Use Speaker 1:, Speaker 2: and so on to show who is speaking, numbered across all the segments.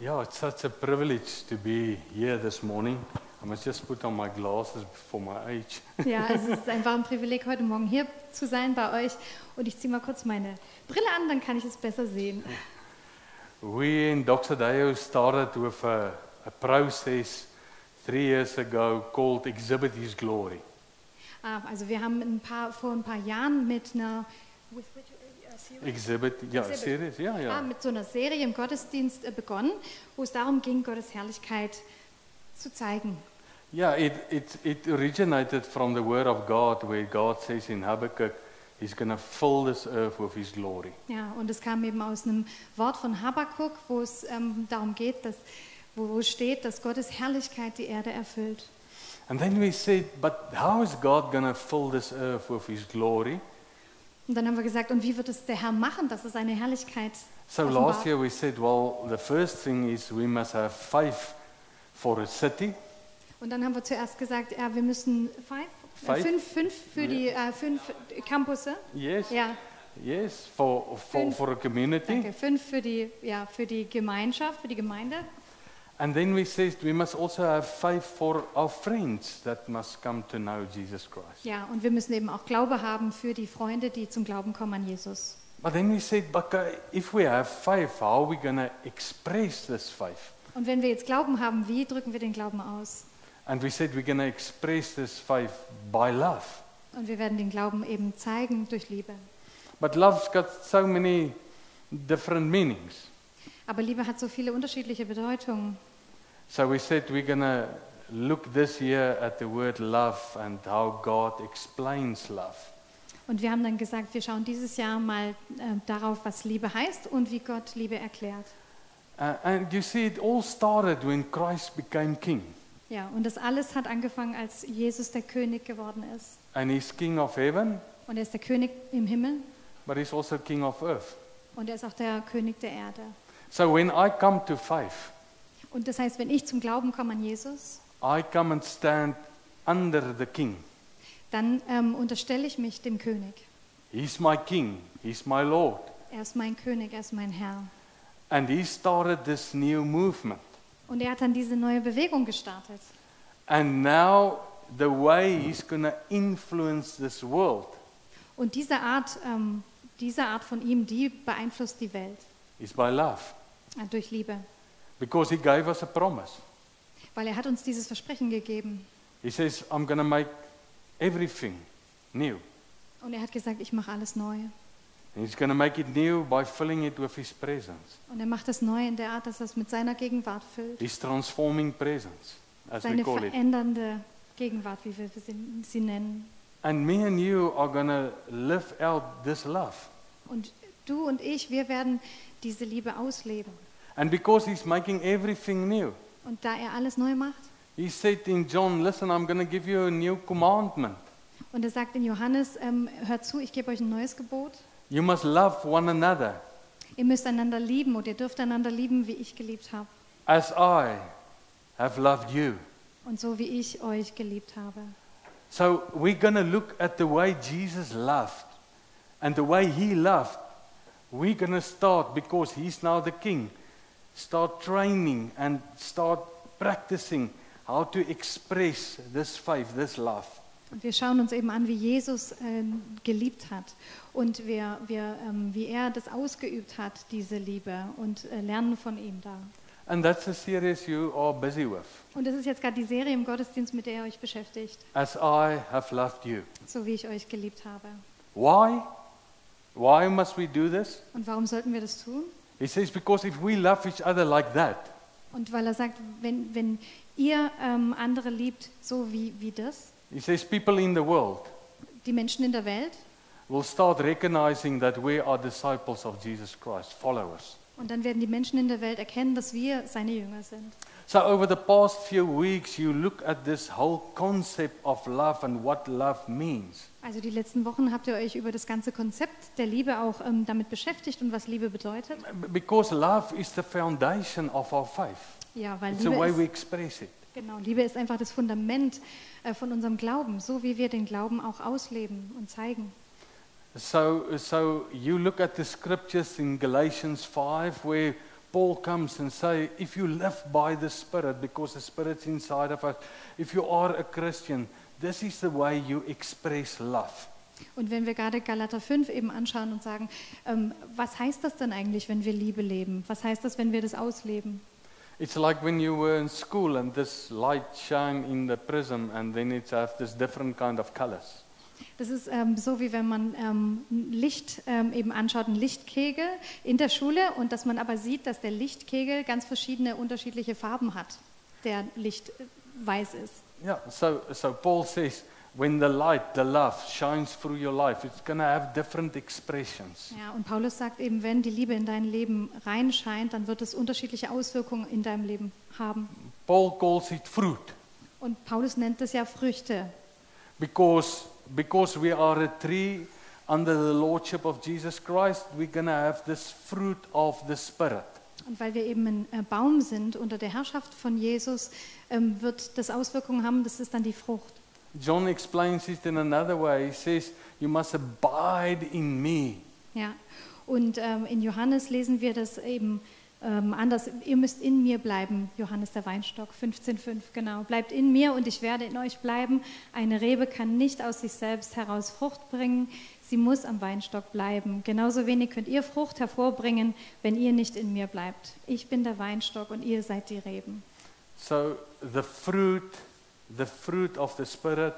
Speaker 1: Yeah, it's such a privilege to be here this morning. I must just put on my glasses for my age.
Speaker 2: Ja, also es ist einfach ein Privileg, heute Morgen hier zu sein bei euch. Und ich ziehe mal kurz meine Brille an, dann kann ich es besser sehen.
Speaker 1: We in Doxadeo started with a, a process three years ago called Exhibit His Glory.
Speaker 2: Ah, Also wir haben ein paar, vor ein paar Jahren mit einer, with which, uh, series?
Speaker 1: Exhibit, yeah,
Speaker 2: Exhibit.
Speaker 1: serious, yeah,
Speaker 2: Ah,
Speaker 1: yeah.
Speaker 2: mit so einer Serie im Gottesdienst äh, begonnen, wo es darum ging, Gottes Herrlichkeit zu zeigen.
Speaker 1: Yeah, it, it, it originated from the Word of God, where God says in Habakkuk, He's going to fill this earth with His glory.
Speaker 2: Ja, und es kam eben aus einem Wort von Habakkuk, wo es ähm, darum geht, dass, wo, wo steht, dass Gottes Herrlichkeit die Erde erfüllt.
Speaker 1: And then we said, but how is God going to fill this earth with His glory?
Speaker 2: Und dann haben wir gesagt, und wie wird es der Herr machen, dass es seine Herrlichkeit
Speaker 1: So
Speaker 2: offenbart?
Speaker 1: last year we said, well, the first thing is we must have faith for a city.
Speaker 2: Und dann haben wir zuerst gesagt, ja, wir müssen five,
Speaker 1: Five?
Speaker 2: Äh, fünf, fünf für die äh, fünf Campusse.
Speaker 1: Yes.
Speaker 2: Ja,
Speaker 1: Yes, for, for,
Speaker 2: Fünf.
Speaker 1: for a community.
Speaker 2: danke. Fünf für die, ja, für die Gemeinschaft, für die Gemeinde.
Speaker 1: And then we said we must also have faith for our friends that must come to know Jesus Christ.
Speaker 2: Ja, und wir müssen eben auch Glaube haben für die Freunde, die zum Glauben kommen an Jesus.
Speaker 1: But then we said, but uh, if we have faith, how are we going to express this faith?
Speaker 2: Und wenn wir jetzt Glauben haben, wie drücken wir den Glauben aus?
Speaker 1: And we said we're going to express this faith by love.
Speaker 2: Und wir werden den Glauben eben zeigen durch Liebe.
Speaker 1: But love's got so many different meanings.
Speaker 2: Aber Liebe hat so viele unterschiedliche Bedeutungen.
Speaker 1: So we said we're going to look this year at the word love and how God explains love.
Speaker 2: Und wir haben dann gesagt, wir schauen dieses Jahr mal äh, darauf, was Liebe heißt und wie Gott Liebe erklärt.
Speaker 1: Uh, and you see, it all started when Christ became king.
Speaker 2: Ja, und das alles hat angefangen, als Jesus der König geworden ist.
Speaker 1: And he's king of heaven,
Speaker 2: Und er ist der König im Himmel
Speaker 1: but he's also king of earth.
Speaker 2: und er ist auch der König der Erde.
Speaker 1: So when I come to faith,
Speaker 2: Und das heißt, wenn ich zum Glauben komme an Jesus,
Speaker 1: I come and stand under the king.
Speaker 2: dann ähm, unterstelle ich mich dem König.
Speaker 1: He's my king, he's my lord.
Speaker 2: Er ist mein König, er ist mein Herr.
Speaker 1: And he started this new movement.
Speaker 2: Und er hat dann diese neue Bewegung gestartet.
Speaker 1: And now, the way he's going to influence this world
Speaker 2: Und diese Art, ähm, diese Art von ihm, die beeinflusst die Welt
Speaker 1: is by love.
Speaker 2: äh, durch Liebe.
Speaker 1: Because he gave us a promise.
Speaker 2: Weil er hat uns dieses Versprechen gegeben.
Speaker 1: He says, I'm going to make everything new.
Speaker 2: Und er hat gesagt, ich mache alles neu.
Speaker 1: And he's going to make it new by filling it with his presence,
Speaker 2: Und er macht es neu in der Art, dass er es mit seiner Gegenwart füllt.
Speaker 1: his transforming presence, as we
Speaker 2: Seine
Speaker 1: call it.
Speaker 2: verändernde Gegenwart, wie wir sie, sie nennen.
Speaker 1: And me and you are going to live out this love.
Speaker 2: Und du und ich, wir werden diese Liebe ausleben.
Speaker 1: And because he's making everything new,
Speaker 2: Und da er alles neu macht,
Speaker 1: he said in John, Listen, I'm going to give you a new commandment.
Speaker 2: und er sagt in Johannes, ähm, hört zu, ich gebe euch ein neues Gebot.
Speaker 1: You must love one another
Speaker 2: Ihr müsst einander lieben und ihr dürft einander lieben, wie ich geliebt habe.
Speaker 1: as I have loved you.
Speaker 2: Und so wie ich euch geliebt habe.
Speaker 1: So we're going to look at the way Jesus loved and the way he loved. We're going to start because he's now the king. Start training and start practicing how to express this faith, this love.
Speaker 2: Und wir schauen uns eben an, wie Jesus ähm, geliebt hat und wir, wir, ähm, wie er das ausgeübt hat, diese Liebe, und äh, lernen von ihm da.
Speaker 1: And that's the series you are busy with.
Speaker 2: Und das ist jetzt gerade die Serie im Gottesdienst, mit der ihr euch beschäftigt,
Speaker 1: As I have loved you.
Speaker 2: so wie ich euch geliebt habe.
Speaker 1: Why? Why must we do this?
Speaker 2: Und warum sollten wir das tun?
Speaker 1: He says, because if we love each other like that,
Speaker 2: Und weil er sagt, wenn, wenn ihr ähm, andere liebt, so wie, wie das,
Speaker 1: he says, people in the world
Speaker 2: die Menschen in der Welt,
Speaker 1: will start recognizing that we are disciples of Jesus Christ, followers.
Speaker 2: und dann werden die Menschen in der Welt erkennen, dass wir seine Jünger sind.
Speaker 1: So, over the past few weeks, you look at this whole concept of love and what love means.
Speaker 2: Also die letzten Wochen habt ihr euch über das ganze Konzept der Liebe auch ähm, damit beschäftigt und was Liebe bedeutet.
Speaker 1: B- Because love is the foundation of our faith,
Speaker 2: Ja, weil
Speaker 1: it's the way
Speaker 2: Liebe
Speaker 1: we
Speaker 2: ist,
Speaker 1: express it.
Speaker 2: genau, Liebe ist einfach das Fundament äh, von unserem Glauben, so wie wir den Glauben auch ausleben und zeigen.
Speaker 1: So, so, you look at the scriptures in Galatians 5 where Paul comes and say, if you live by the Spirit, because the Spirit's inside of us, if you are a Christian, this is the way you express love.
Speaker 2: Und wenn wir gerade Galater 5 eben anschauen und sagen, ähm, was heißt das denn eigentlich, wenn wir Liebe leben? Was heißt das, wenn wir das ausleben?
Speaker 1: It's like when you were in school and this light shine in the prism and then it has this different kind of colors.
Speaker 2: Das ist ähm, so, wie wenn man ähm, ein Licht ähm, eben anschaut, einen Lichtkegel in der Schule und dass man aber sieht, dass der Lichtkegel ganz verschiedene unterschiedliche Farben hat, der Licht äh, weiß ist.
Speaker 1: Yeah, so, so Paul says, when the light, the love shines through your life, it's going to have different expressions.
Speaker 2: Ja, und Paulus sagt eben, wenn die Liebe in dein Leben reinscheint, dann wird es unterschiedliche Auswirkungen in deinem Leben haben.
Speaker 1: Paul calls it fruit
Speaker 2: Und Paulus nennt es ja Früchte.
Speaker 1: because, because we are a tree under the lordship of Jesus Christ, we're going to have this fruit of the Spirit.
Speaker 2: Und weil wir eben ein äh, Baum sind unter der Herrschaft von Jesus, ähm, wird das Auswirkungen haben, das ist dann die Frucht.
Speaker 1: John explains it in another way. He says, You must abide in me.
Speaker 2: Ja. Und ähm, in Johannes lesen wir das eben ähm, anders. Ihr müsst in mir bleiben, Johannes der Weinstock, 15,5, genau. Bleibt in mir und ich werde in euch bleiben. Eine Rebe kann nicht aus sich selbst heraus Frucht bringen. Sie muss am Weinstock bleiben. Genauso wenig könnt ihr Frucht hervorbringen, wenn ihr nicht in mir bleibt. Ich bin der Weinstock und ihr seid die Reben.
Speaker 1: So the fruit, the fruit of the Spirit,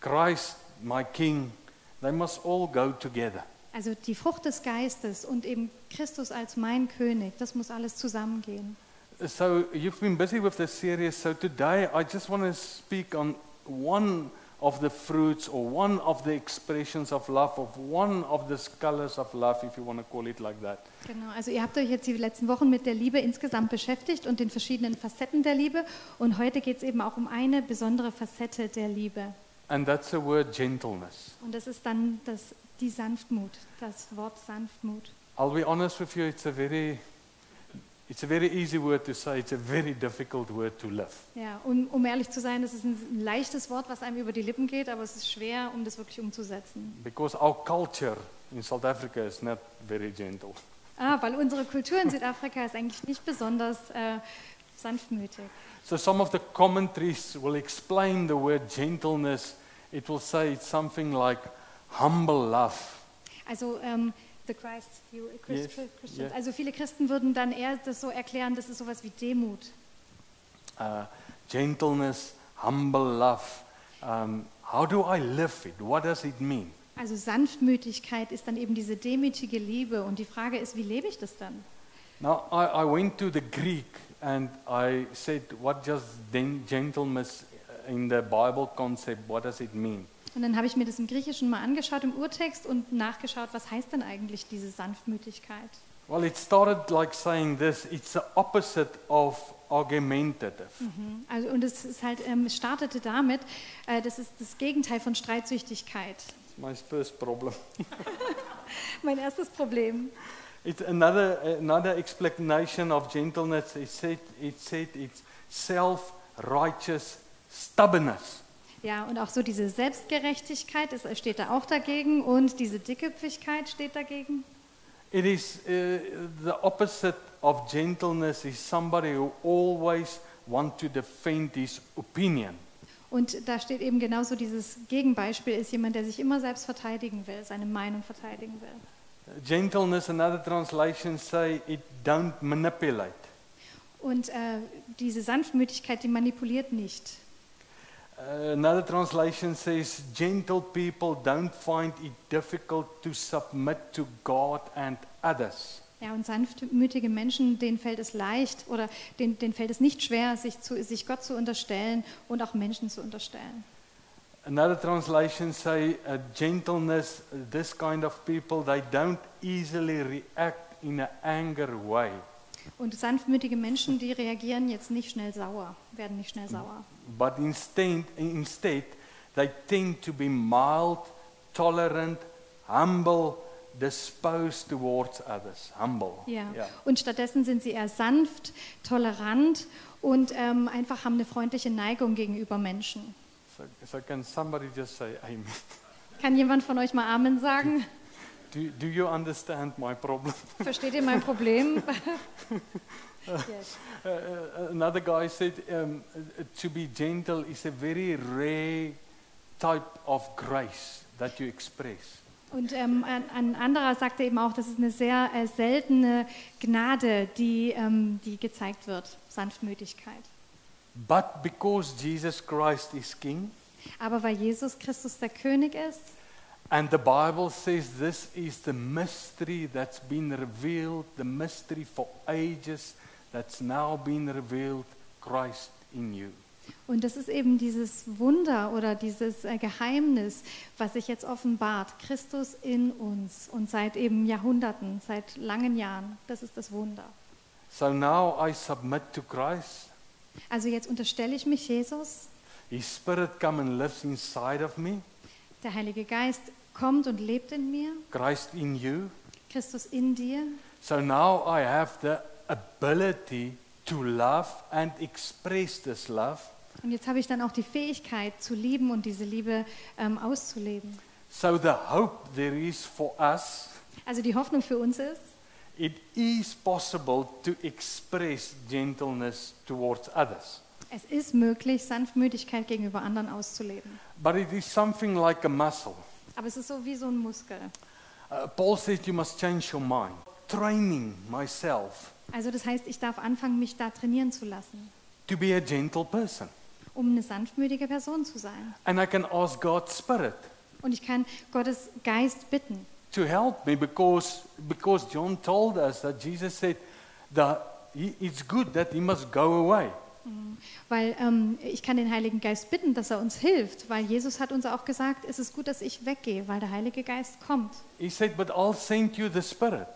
Speaker 1: Christ, my King, they must all go together.
Speaker 2: Also die Frucht des Geistes und eben Christus als mein König, das muss alles zusammengehen.
Speaker 1: So you've been busy with this series. So today I just want to speak on one of the fruits or one of the expressions of love, of one of the colors of love, if you want to call it like that.
Speaker 2: Genau, also ihr habt euch jetzt die letzten Wochen mit der Liebe insgesamt beschäftigt und den verschiedenen Facetten der Liebe. Und heute geht es eben auch um eine besondere Facette der Liebe.
Speaker 1: And that's the word gentleness.
Speaker 2: Und das ist dann das, die Sanftmut, das Wort Sanftmut.
Speaker 1: I'll be honest with you, it's a very it's a very easy word to say, it's a very difficult word to live.
Speaker 2: Ja, um, um ehrlich zu sein, das ist ein leichtes Wort, was einem über die Lippen geht, aber es ist schwer, um das wirklich umzusetzen.
Speaker 1: Because our culture in South Africa is not very gentle.
Speaker 2: Ah, weil unsere Kultur in Südafrika ist eigentlich nicht besonders äh, sanftmütig.
Speaker 1: So some of the commentaries will explain the word gentleness. It will say it's something like humble love.
Speaker 2: Also ähm, the Christ, you Christ,
Speaker 1: Yes,
Speaker 2: Christians.
Speaker 1: yeah.
Speaker 2: Also viele Christen würden dann eher das so erklären, das ist sowas wie Demut.
Speaker 1: Uh, gentleness, humble love. Um, how do I live it? What does it mean?
Speaker 2: Also Sanftmütigkeit ist dann eben diese demütige Liebe und die Frage ist, wie lebe ich das dann?
Speaker 1: Now, I, I went to the Greek and I said, what does den- gentleness in the Bible concept, what does it mean?
Speaker 2: Und dann habe ich mir das im Griechischen mal angeschaut, im Urtext und nachgeschaut, was heißt denn eigentlich diese Sanftmütigkeit?
Speaker 1: Well, it started like saying this, it's the opposite of argumentative.
Speaker 2: Mhm. Also, und es ist halt, ähm, es startete damit, äh, das ist das Gegenteil von Streitsüchtigkeit.
Speaker 1: It's my first problem.
Speaker 2: Mein erstes Problem.
Speaker 1: It's another, another explanation of gentleness. It said, it said it's self righteous stubbornness.
Speaker 2: Ja, und auch so diese Selbstgerechtigkeit ist, steht da auch dagegen und diese Dickhüpfigkeit steht dagegen.
Speaker 1: It is uh, the opposite of gentleness, is somebody who always wants to defend his opinion.
Speaker 2: Und da steht eben genauso dieses Gegenbeispiel ist jemand, der sich immer selbst verteidigen will, seine Meinung verteidigen will.
Speaker 1: Gentleness, another translation say it don't manipulate.
Speaker 2: Und äh, diese Sanftmütigkeit, die manipuliert nicht.
Speaker 1: Uh, another translation says gentle people don't find it difficult to submit to God and others.
Speaker 2: Ja, und sanftmütige Menschen, denen fällt es leicht oder denen, denen fällt es nicht schwer, sich, zu, sich Gott zu unterstellen und auch Menschen zu unterstellen.
Speaker 1: Another translation say uh, gentleness, this kind of people, they don't easily react in an anger way.
Speaker 2: Und sanftmütige Menschen, die reagieren jetzt nicht schnell sauer, werden nicht schnell sauer.
Speaker 1: But instead, instead, they tend to be mild, tolerant, humble, disposed towards others. Humble.
Speaker 2: Ja.
Speaker 1: Yeah.
Speaker 2: Und stattdessen sind sie eher sanft, tolerant und ähm, einfach haben eine freundliche Neigung gegenüber Menschen.
Speaker 1: So, so can somebody just say amen?
Speaker 2: Kann jemand von euch mal Amen sagen?
Speaker 1: Do, do you understand my problem?
Speaker 2: Versteht ihr mein Problem? yes.
Speaker 1: Uh, uh, another guy said um, uh, to be gentle is a very rare type of grace that you express.
Speaker 2: Und ähm, ein, ein anderer sagte eben auch, das ist eine sehr äh, seltene Gnade, die, ähm, die gezeigt wird, Sanftmütigkeit.
Speaker 1: But because Jesus Christ is King,
Speaker 2: Aber weil Jesus Christus der König ist
Speaker 1: and the Bible says this is the mystery that's been revealed, the mystery for ages that's now been revealed, Christ in you.
Speaker 2: und das ist eben dieses Wunder oder dieses äh, Geheimnis, was sich jetzt offenbart, Christus in uns und seit eben Jahrhunderten, seit langen Jahren, das ist das Wunder.
Speaker 1: So now I submit to Christ.
Speaker 2: Also jetzt unterstelle ich mich Jesus,
Speaker 1: His Spirit come and lives inside of me.
Speaker 2: der Heilige Geist kommt und lebt in mir,
Speaker 1: Christ in you.
Speaker 2: Christus in dir
Speaker 1: So now I have the ability to love and express this love.
Speaker 2: und jetzt habe ich dann auch die Fähigkeit zu lieben und diese Liebe ähm, auszuleben.
Speaker 1: So the hope there is for us,
Speaker 2: Also die Hoffnung für uns ist,
Speaker 1: it is possible to express gentleness towards others.
Speaker 2: Es ist möglich, Sanftmütigkeit gegenüber anderen auszuleben.
Speaker 1: But it is something like a muscle.
Speaker 2: Aber es ist so wie so ein Muskel.
Speaker 1: Uh, Paul says you must change your mind. Training myself
Speaker 2: Also das heißt, ich darf anfangen, mich da trainieren zu lassen,
Speaker 1: to be a gentle person.
Speaker 2: um eine sanftmütige Person zu sein.
Speaker 1: And I can ask God's Spirit
Speaker 2: Und ich kann Gottes Geist bitten.
Speaker 1: to help me because, because John told us that Jesus said that he, it's good that he must go away.
Speaker 2: Weil ähm, ich kann den Heiligen Geist bitten, dass er uns hilft. Weil Jesus hat uns auch gesagt, es ist gut, dass ich weggehe, weil der Heilige Geist kommt.
Speaker 1: He said, But I'll send you the Spirit,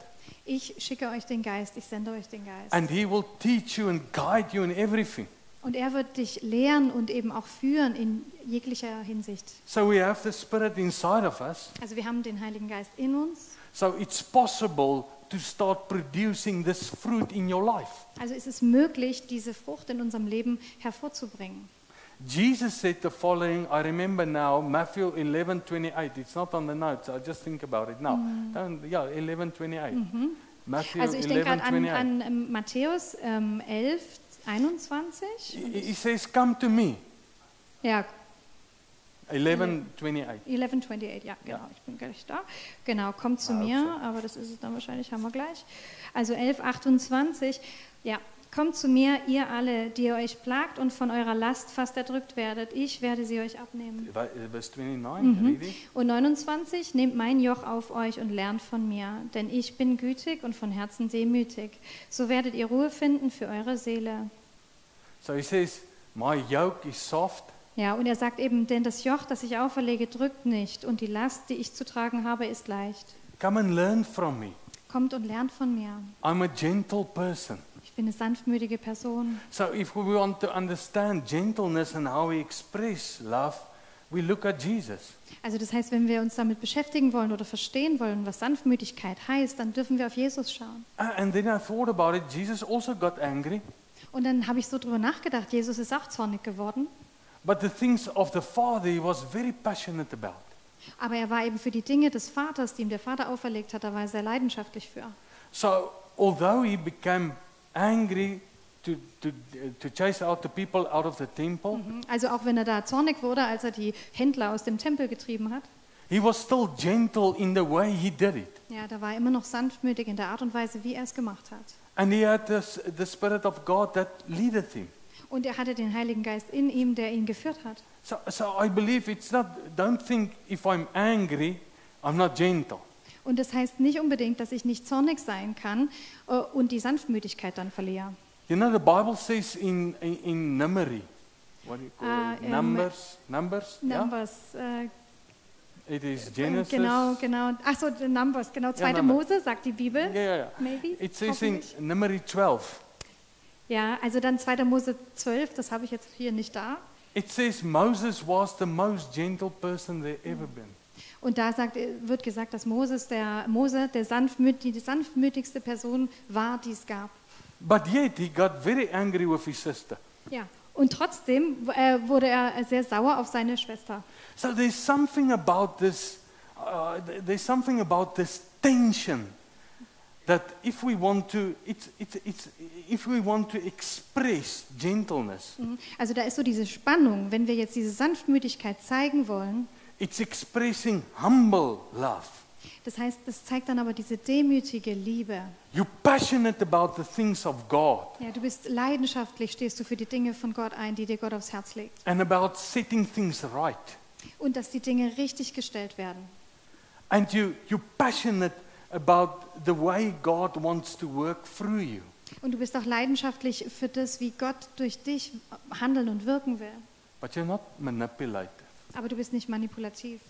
Speaker 2: Ich schicke euch den Geist, ich sende euch den Geist.
Speaker 1: and He will teach you and guide you in everything.
Speaker 2: Und er wird dich lehren und eben auch führen in jeglicher Hinsicht.
Speaker 1: So we have the Spirit inside of us.
Speaker 2: Also wir haben den Heiligen Geist in uns.
Speaker 1: So it's possible to start producing this fruit in your life.
Speaker 2: Also ist es möglich, diese Frucht in unserem Leben hervorzubringen.
Speaker 1: Jesus said the following, I remember now, Matthew 11, 28. It's not on the notes, I just think about it now. Don't- yeah, 11, 28. Matthew
Speaker 2: Also ich
Speaker 1: 11,
Speaker 2: denke gerade an,
Speaker 1: 28.
Speaker 2: an ähm, Matthäus ähm, 11, 21.
Speaker 1: He he says, Come to me.
Speaker 2: Ja,
Speaker 1: 11, 28.
Speaker 2: 11, 28, ja, genau, ich bin gleich da. Genau, kommt zu
Speaker 1: Ah,
Speaker 2: mir,
Speaker 1: okay.
Speaker 2: aber das ist es dann wahrscheinlich, haben wir gleich. Also 11, 28, ja, kommt zu mir, ihr alle, die ihr euch plagt und von eurer Last fast erdrückt werdet, ich werde sie euch abnehmen.
Speaker 1: Va- uh, Verse 29, read it.
Speaker 2: Und 29, nehmt mein Joch auf euch und lernt von mir, denn ich bin gütig und von Herzen demütig. So werdet ihr Ruhe finden für eure Seele.
Speaker 1: So he says, My yoke is soft
Speaker 2: Ja, und er sagt eben, denn das Joch, das ich auferlege, drückt nicht und die Last, die ich zu tragen habe, ist leicht.
Speaker 1: Come and learn from me.
Speaker 2: Kommt und lernt von mir.
Speaker 1: I'm a gentle person.
Speaker 2: Ich bin eine sanftmütige Person.
Speaker 1: So if we want to understand gentleness and how we express love, we look at Jesus.
Speaker 2: Also das heißt, wenn wir uns damit beschäftigen wollen oder verstehen wollen, was Sanftmütigkeit heißt, dann dürfen wir auf Jesus schauen.
Speaker 1: A- And then I thought about it. Jesus also got angry,
Speaker 2: Und dann habe ich so drüber nachgedacht, Jesus ist auch zornig geworden,
Speaker 1: but the things of the Father he was very passionate about.
Speaker 2: aber er war eben für die Dinge des Vaters, die ihm der Vater auferlegt hat, da war er sehr leidenschaftlich für.
Speaker 1: So although he became angry to, to, to chase out the people out of the temple,
Speaker 2: Also auch wenn er da zornig wurde, als er die Händler aus dem Tempel getrieben hat,
Speaker 1: he was still gentle in the way he did it.
Speaker 2: ja, da war er immer noch sanftmütig in der Art und Weise, wie er es gemacht hat.
Speaker 1: And he had this, the Spirit of God that leadeth him.
Speaker 2: Und er hatte den Heiligen Geist in ihm, der ihn geführt hat.
Speaker 1: So, so I believe it's not, don't think if I'm angry, I'm not gentle.
Speaker 2: Und das heißt nicht unbedingt, dass ich nicht zornig sein kann äh, und die Sanftmütigkeit dann verliere.
Speaker 1: You know, the Bible says in, in, in Numeri, what do you call
Speaker 2: Ah,
Speaker 1: it?
Speaker 2: um,
Speaker 1: Numbers? Numbers?
Speaker 2: Numbers, äh,
Speaker 1: Yeah? It is Genesis.
Speaker 2: genau, genau. Achso, Numbers, genau. Zweite
Speaker 1: Number.
Speaker 2: Mose, sagt die Bibel.
Speaker 1: Yeah, yeah, yeah.
Speaker 2: Maybe,
Speaker 1: It says in
Speaker 2: hoffentlich.
Speaker 1: Numeri 12,
Speaker 2: Ja, also dann 2. Mose 12, das habe ich jetzt hier nicht da.
Speaker 1: it says Moses was the most gentle person there ever been.
Speaker 2: Und da sagt, wird gesagt, dass Moses, der Mose, der sanftmüt, die sanftmütigste Person war, die es gab.
Speaker 1: But yet he got very angry with his sister.
Speaker 2: Ja. Und trotzdem äh, wurde er sehr sauer auf seine Schwester.
Speaker 1: So there's something about this. I- uh, th- there's something about this tension that if we want to, it's, it's, it's, if we want to express gentleness,
Speaker 2: Mhm. Also da ist so diese Spannung, wenn wir jetzt diese Sanftmütigkeit zeigen wollen,
Speaker 1: it's expressing humble love.
Speaker 2: das heißt, das zeigt dann aber diese demütige Liebe.
Speaker 1: You're passionate about the things of God
Speaker 2: Ja, du bist leidenschaftlich, stehst du für die Dinge von Gott ein, die dir Gott aufs Herz legt.
Speaker 1: and about setting things right.
Speaker 2: Und dass die Dinge richtig gestellt werden.
Speaker 1: And you, you're passionate about the way God wants to work through you.
Speaker 2: Und du bist auch leidenschaftlich für das, wie Gott durch dich handeln und wirken will.
Speaker 1: But you're not manipulative.
Speaker 2: Aber du bist nicht manipulativ.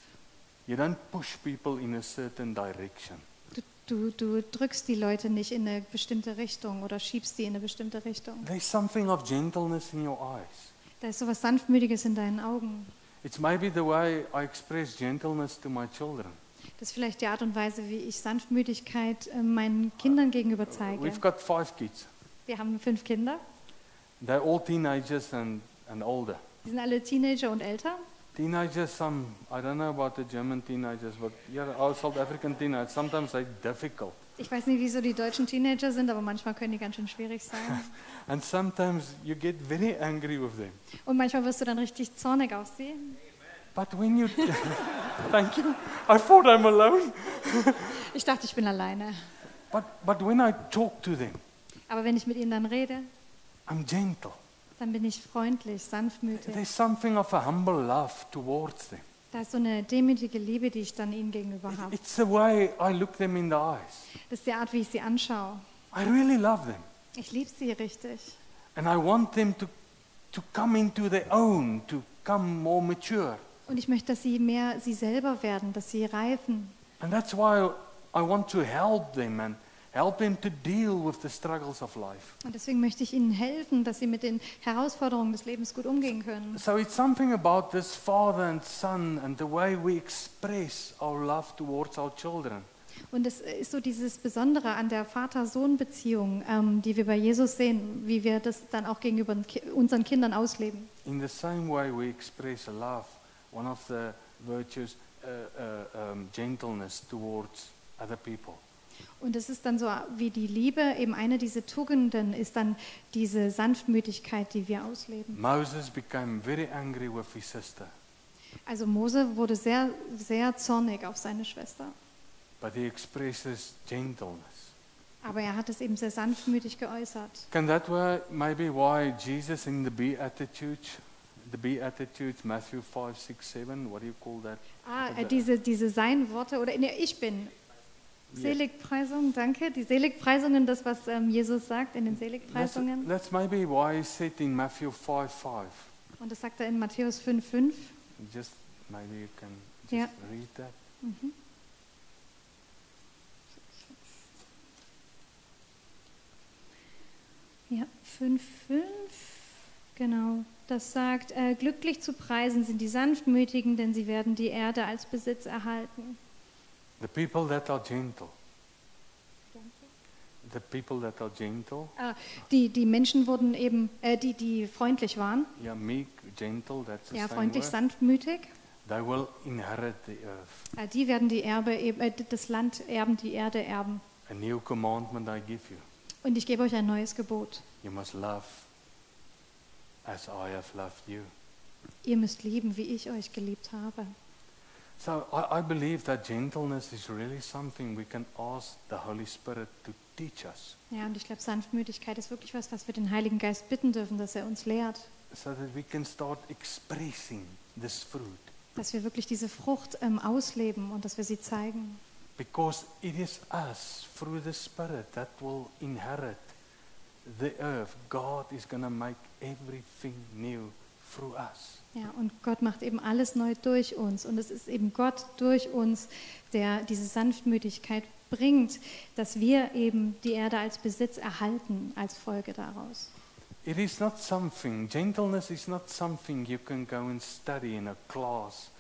Speaker 1: You don't push people in a certain direction.
Speaker 2: Du, du, du drückst die Leute nicht in eine bestimmte Richtung oder schiebst die in eine bestimmte Richtung.
Speaker 1: There's something of gentleness in your eyes.
Speaker 2: Da ist sowas Sanftmütiges in deinen Augen.
Speaker 1: It's maybe the way I express gentleness to my children.
Speaker 2: Das ist vielleicht die Art und Weise, wie ich Sanftmütigkeit äh, meinen Kindern gegenüber zeige.
Speaker 1: We've got five kids.
Speaker 2: Wir haben fünf Kinder.
Speaker 1: They're all teenagers and, and older.
Speaker 2: Die sind alle Teenager und älter.
Speaker 1: Teenagers, some, I don't know about the German teenagers, but yeah, our South African teenagers, sometimes they're difficult.
Speaker 2: Ich weiß nicht, wieso die deutschen Teenager sind, aber manchmal können die ganz schön schwierig sein.
Speaker 1: And sometimes you get very angry with them.
Speaker 2: Und manchmal wirst du dann richtig zornig auf sie.
Speaker 1: But when you. thank you. I thought I'm alone.
Speaker 2: Ich dachte, ich bin alleine.
Speaker 1: But, but when I talk to them,
Speaker 2: Aber wenn ich mit ihnen dann rede,
Speaker 1: I'm gentle.
Speaker 2: dann bin ich freundlich, sanftmütig.
Speaker 1: There's something of a humble love towards them.
Speaker 2: Da ist so eine demütige Liebe, die ich dann ihnen gegenüber habe.
Speaker 1: It's the way I look them in the eyes.
Speaker 2: Das ist die Art, wie ich sie anschaue.
Speaker 1: I really love them.
Speaker 2: Ich liebe sie richtig.
Speaker 1: And I want them to, to come into their own, to come more mature.
Speaker 2: Und ich möchte, dass sie mehr sie selber werden, dass sie reifen.
Speaker 1: And that's why I want to help them and help them to deal with the struggles of life.
Speaker 2: Und deswegen möchte ich ihnen helfen, dass sie mit den Herausforderungen des Lebens gut umgehen können.
Speaker 1: So it's something about this father and son and the way we express our love towards our children.
Speaker 2: Und es ist so dieses Besondere an der Vater-Sohn-Beziehung, ähm, die wir bei Jesus sehen, wie wir das dann auch gegenüber den Ki- unseren Kindern ausleben.
Speaker 1: In the same way we express love, one of the virtues, uh, uh, um, gentleness towards other people.
Speaker 2: Und es ist dann so wie die Liebe, eben eine dieser Tugenden ist dann diese Sanftmütigkeit, die wir ausleben.
Speaker 1: Moses became very angry with his sister,
Speaker 2: Also Mose wurde sehr, sehr zornig auf seine Schwester,
Speaker 1: but he expresses gentleness.
Speaker 2: aber er hat es eben sehr sanftmütig geäußert.
Speaker 1: Can that why maybe why Jesus in the Beatitudes, the Beatitudes, Matthew 5, 6, 7, what do you call that?
Speaker 2: Ah,
Speaker 1: Oder-
Speaker 2: äh, diese, diese Sein-Worte oder in der Ich Bin.
Speaker 1: Yeah.
Speaker 2: Seligpreisung, danke. Die Seligpreisungen, das, was ähm, Jesus sagt in den
Speaker 1: That's,
Speaker 2: Seligpreisungen.
Speaker 1: that's maybe why he said in Matthew 5, 5.
Speaker 2: Und das sagt er in Matthäus 5,5.
Speaker 1: Just maybe you can just
Speaker 2: Yeah.
Speaker 1: read that.
Speaker 2: Mhm. Ja, 5,5. Genau. Das sagt, äh, glücklich zu preisen sind die Sanftmütigen, denn sie werden die Erde als Besitz erhalten.
Speaker 1: The people that are gentle. The people that are gentle,
Speaker 2: Ah, die, die Menschen wurden eben, äh, die, die freundlich waren,
Speaker 1: yeah, meek, gentle, that's the
Speaker 2: ja,
Speaker 1: same
Speaker 2: freundlich,
Speaker 1: word.
Speaker 2: sanftmütig,
Speaker 1: They will inherit the earth.
Speaker 2: äh, die werden die Erbe, eben- äh, das Land erben, die Erde erben.
Speaker 1: A new commandment I give you.
Speaker 2: Und ich gebe euch ein neues Gebot.
Speaker 1: You must love as I have loved you.
Speaker 2: Ihr müsst lieben, wie ich euch geliebt habe.
Speaker 1: So I, I believe that gentleness is really something we can ask the Holy Spirit to teach us
Speaker 2: Ja, und ich glaube, Sanftmütigkeit ist wirklich was, was wir den Heiligen Geist bitten dürfen, dass er uns lehrt,
Speaker 1: so that we can start expressing this fruit
Speaker 2: dass wir wirklich diese Frucht ähm, ausleben und dass wir sie zeigen.
Speaker 1: because it is us through the Spirit that will inherit the earth. God is going to make everything new through us.
Speaker 2: Ja, und Gott macht eben alles neu durch uns. Und es ist eben Gott durch uns, der diese Sanftmütigkeit bringt, dass wir eben die Erde als Besitz erhalten, als Folge daraus.
Speaker 1: It is not something, gentleness is not something you can go and study in a class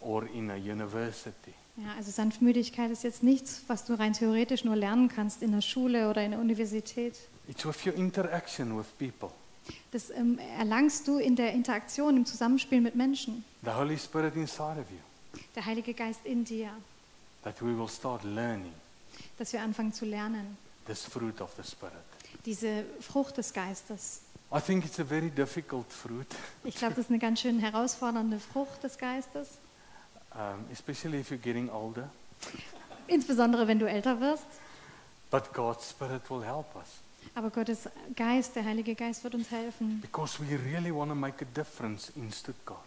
Speaker 1: or in a university.
Speaker 2: Ja, also Sanftmütigkeit ist jetzt nichts, was du rein theoretisch nur lernen kannst in der Schule oder in der Universität.
Speaker 1: It's with your interaction with people.
Speaker 2: Das ähm, erlangst du in der Interaktion, im Zusammenspiel mit Menschen.
Speaker 1: The Holy Spirit inside of you.
Speaker 2: Der Heilige Geist in dir.
Speaker 1: that we will start learning
Speaker 2: dass wir anfangen zu lernen,
Speaker 1: this fruit of the Spirit.
Speaker 2: diese Frucht des Geistes.
Speaker 1: I think it's a very difficult fruit,
Speaker 2: Ich glaube, das ist eine ganz schön herausfordernde Frucht des Geistes,
Speaker 1: um, especially if you're getting older,
Speaker 2: insbesondere wenn du älter wirst.
Speaker 1: but God's Spirit will help us
Speaker 2: Aber Gottes Geist, der Heilige Geist wird uns helfen,
Speaker 1: because we really want to make a difference in Stuttgart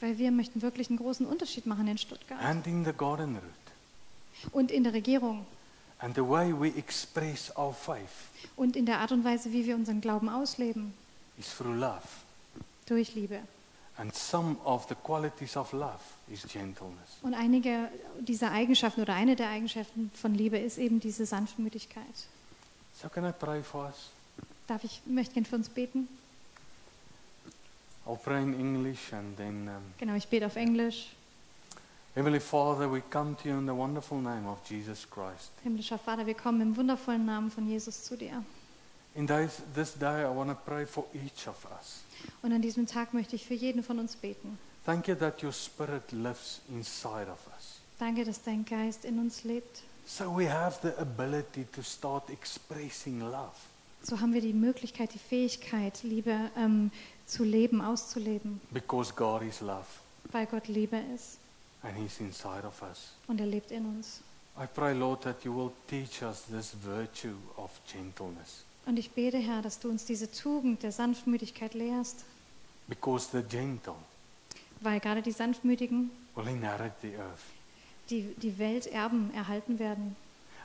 Speaker 2: weil wir möchten wirklich einen großen Unterschied machen in Stuttgart
Speaker 1: and in the Garden Route.
Speaker 2: und in der Regierung
Speaker 1: and the way we express our faith
Speaker 2: und in der Art und Weise, wie wir unseren Glauben ausleben,
Speaker 1: is through love.
Speaker 2: durch Liebe.
Speaker 1: And some of the qualities of love is gentleness.
Speaker 2: Und einige dieser Eigenschaften oder eine der Eigenschaften von Liebe ist eben diese Sanftmütigkeit.
Speaker 1: So, can I pray for us?
Speaker 2: Darf ich, möchte gern für uns beten?
Speaker 1: I'll pray in English and then. Um,
Speaker 2: Genau, ich bete auf Englisch.
Speaker 1: Heavenly Father, we come to you in the wonderful name of Jesus Christ.
Speaker 2: Himmlischer Vater, wir kommen im wundervollen Namen von Jesus zu dir.
Speaker 1: In this, this day, I want to pray for each of us.
Speaker 2: Und an diesem Tag möchte ich für jeden von uns beten.
Speaker 1: Thank you that your Spirit lives inside of us.
Speaker 2: Danke, dass dein Geist in uns lebt.
Speaker 1: So we have the ability to start expressing love.
Speaker 2: So haben wir die Möglichkeit, die Fähigkeit, Liebe ähm, zu leben, auszuleben,
Speaker 1: Because God is love
Speaker 2: weil Gott Liebe ist
Speaker 1: and He's inside of us.
Speaker 2: und er lebt in uns.
Speaker 1: I pray, Lord, that you will teach us this virtue of gentleness.
Speaker 2: Und ich bete, Herr, dass du uns diese Tugend der Sanftmütigkeit lehrst,
Speaker 1: Because the gentle
Speaker 2: weil gerade die Sanftmütigen
Speaker 1: will inherit the earth.
Speaker 2: die, die Welt erben, erhalten werden.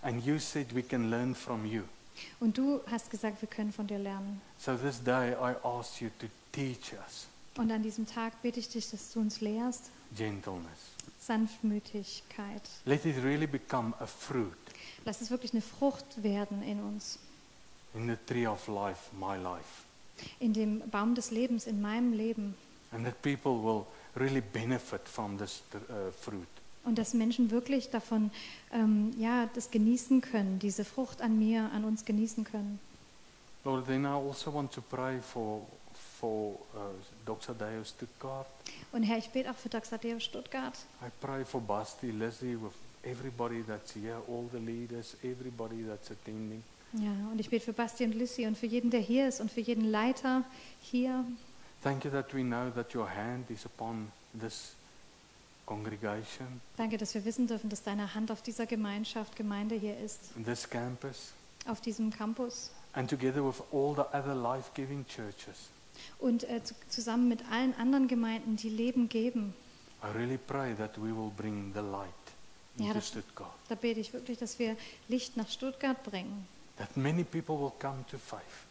Speaker 1: And you said we can learn from you.
Speaker 2: Und du hast gesagt, wir können von dir lernen.
Speaker 1: So this day I ask you to teach us
Speaker 2: Und an diesem Tag bete ich dich, dass du uns lehrst,
Speaker 1: gentleness.
Speaker 2: Sanftmütigkeit.
Speaker 1: Let it really become a fruit
Speaker 2: Lass es wirklich eine Frucht werden in uns,
Speaker 1: in the tree of life, my life.
Speaker 2: in dem Baum des Lebens, in meinem Leben.
Speaker 1: And that people will really benefit from this uh, fruit.
Speaker 2: Und dass Menschen wirklich davon, ähm, ja, das genießen können, diese Frucht an mir, an uns genießen können.
Speaker 1: Lord, then I also want to pray for, for uh, Dr. Deo Stuttgart.
Speaker 2: Und Herr, ich bete auch für Doxadeo Stuttgart.
Speaker 1: I pray for Basti, Lizzie, with everybody that's here, all the leaders, everybody that's attending.
Speaker 2: Ja, und ich bete für Basti und Lissy und für jeden, der hier ist und für jeden Leiter hier.
Speaker 1: Thank you that we know that your hand is upon this congregation,
Speaker 2: Danke, dass wir wissen dürfen, dass deine Hand auf dieser Gemeinschaft, Gemeinde hier ist,
Speaker 1: this campus,
Speaker 2: auf diesem Campus.
Speaker 1: and together with all the other life giving churches.
Speaker 2: Und äh, zu, zusammen mit allen anderen Gemeinden, die Leben geben,
Speaker 1: I really pray that we will bring the light
Speaker 2: Ja,
Speaker 1: into
Speaker 2: dat-
Speaker 1: Stuttgart,
Speaker 2: da bete ich wirklich, dass wir Licht nach Stuttgart bringen.
Speaker 1: that many people will come to faith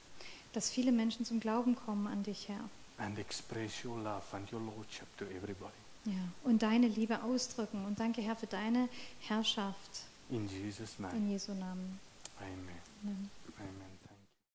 Speaker 2: dass viele Menschen zum Glauben kommen an dich, Herr.
Speaker 1: and express your love and your lordship to everybody.
Speaker 2: Ja. Und deine Liebe ausdrücken. Und danke, Herr, für deine Herrschaft
Speaker 1: In Jesus' name,
Speaker 2: in Jesu Namen.
Speaker 1: amen.
Speaker 2: Amen.
Speaker 1: Amen.